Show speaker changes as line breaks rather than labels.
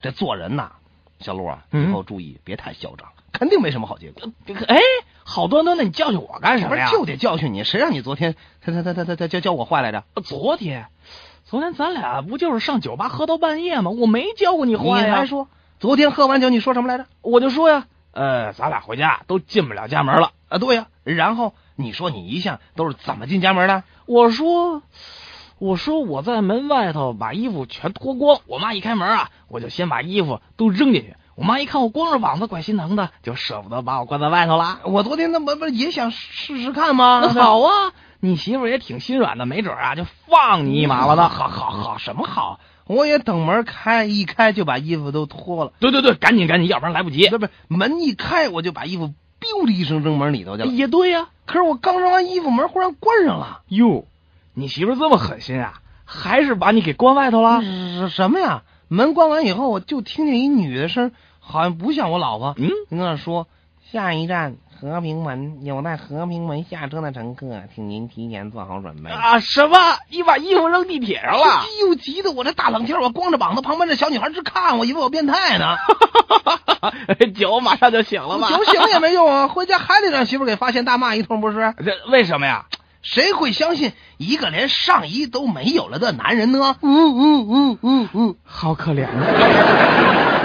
这做人呐，小陆啊，
嗯
以后注意别太嚣张，肯定没什么好结果。
哎，好端端的，你教训我干什
不
么
是
呀？
就得教训你，谁让你昨天他他他他他他教教我坏来着？
呃昨天，昨天咱俩不就是上酒吧喝到半夜吗？我没教过你
你
坏呀，
还说昨天喝完酒你说什么来着？
我就说呀，呃，咱俩回家都进不了家门了。
啊，对呀、然后你说你一向都是怎么进家门的？
我说，我说我在门外头把衣服全脱光，我妈一开门啊，我就先把衣服都扔进去。我妈一看我光着膀子，怪心疼的，就舍不得把我关在外头啦。
我昨天那不不也想试试看吗？
那好啊，你媳妇儿也挺心软的，没准儿啊就放你一马了呢。好好好，什么好？
我也等门开一开就把衣服都脱了，
对对对，赶紧赶紧，要不然来不及。
不是不是门一开我就把衣服biu 的一声扔门里头去了。
也对呀、
可是我刚扔完衣服，门忽然关上了。
哟，你媳妇儿这么狠心啊，还是把你给关外头了？
啊是什么呀？门关完以后，我就听见一女的声，好像不像我老婆。
嗯，
跟那说，下一站和平门，有待和平门下车的乘客，请您提前做好准备。
啊，什么？你把衣服扔地铁上了？
哎呦，急的我这大冷天，我光着膀子，旁边这小女孩直看我，以为我变态 呢。
酒马上就醒了吧？
酒醒了也没用啊，回家还得让媳妇给发现，大骂一通不是？
这为什么呀？
谁会相信一个连上衣都没有了的男人呢？
嗯嗯嗯嗯嗯，好可怜啊！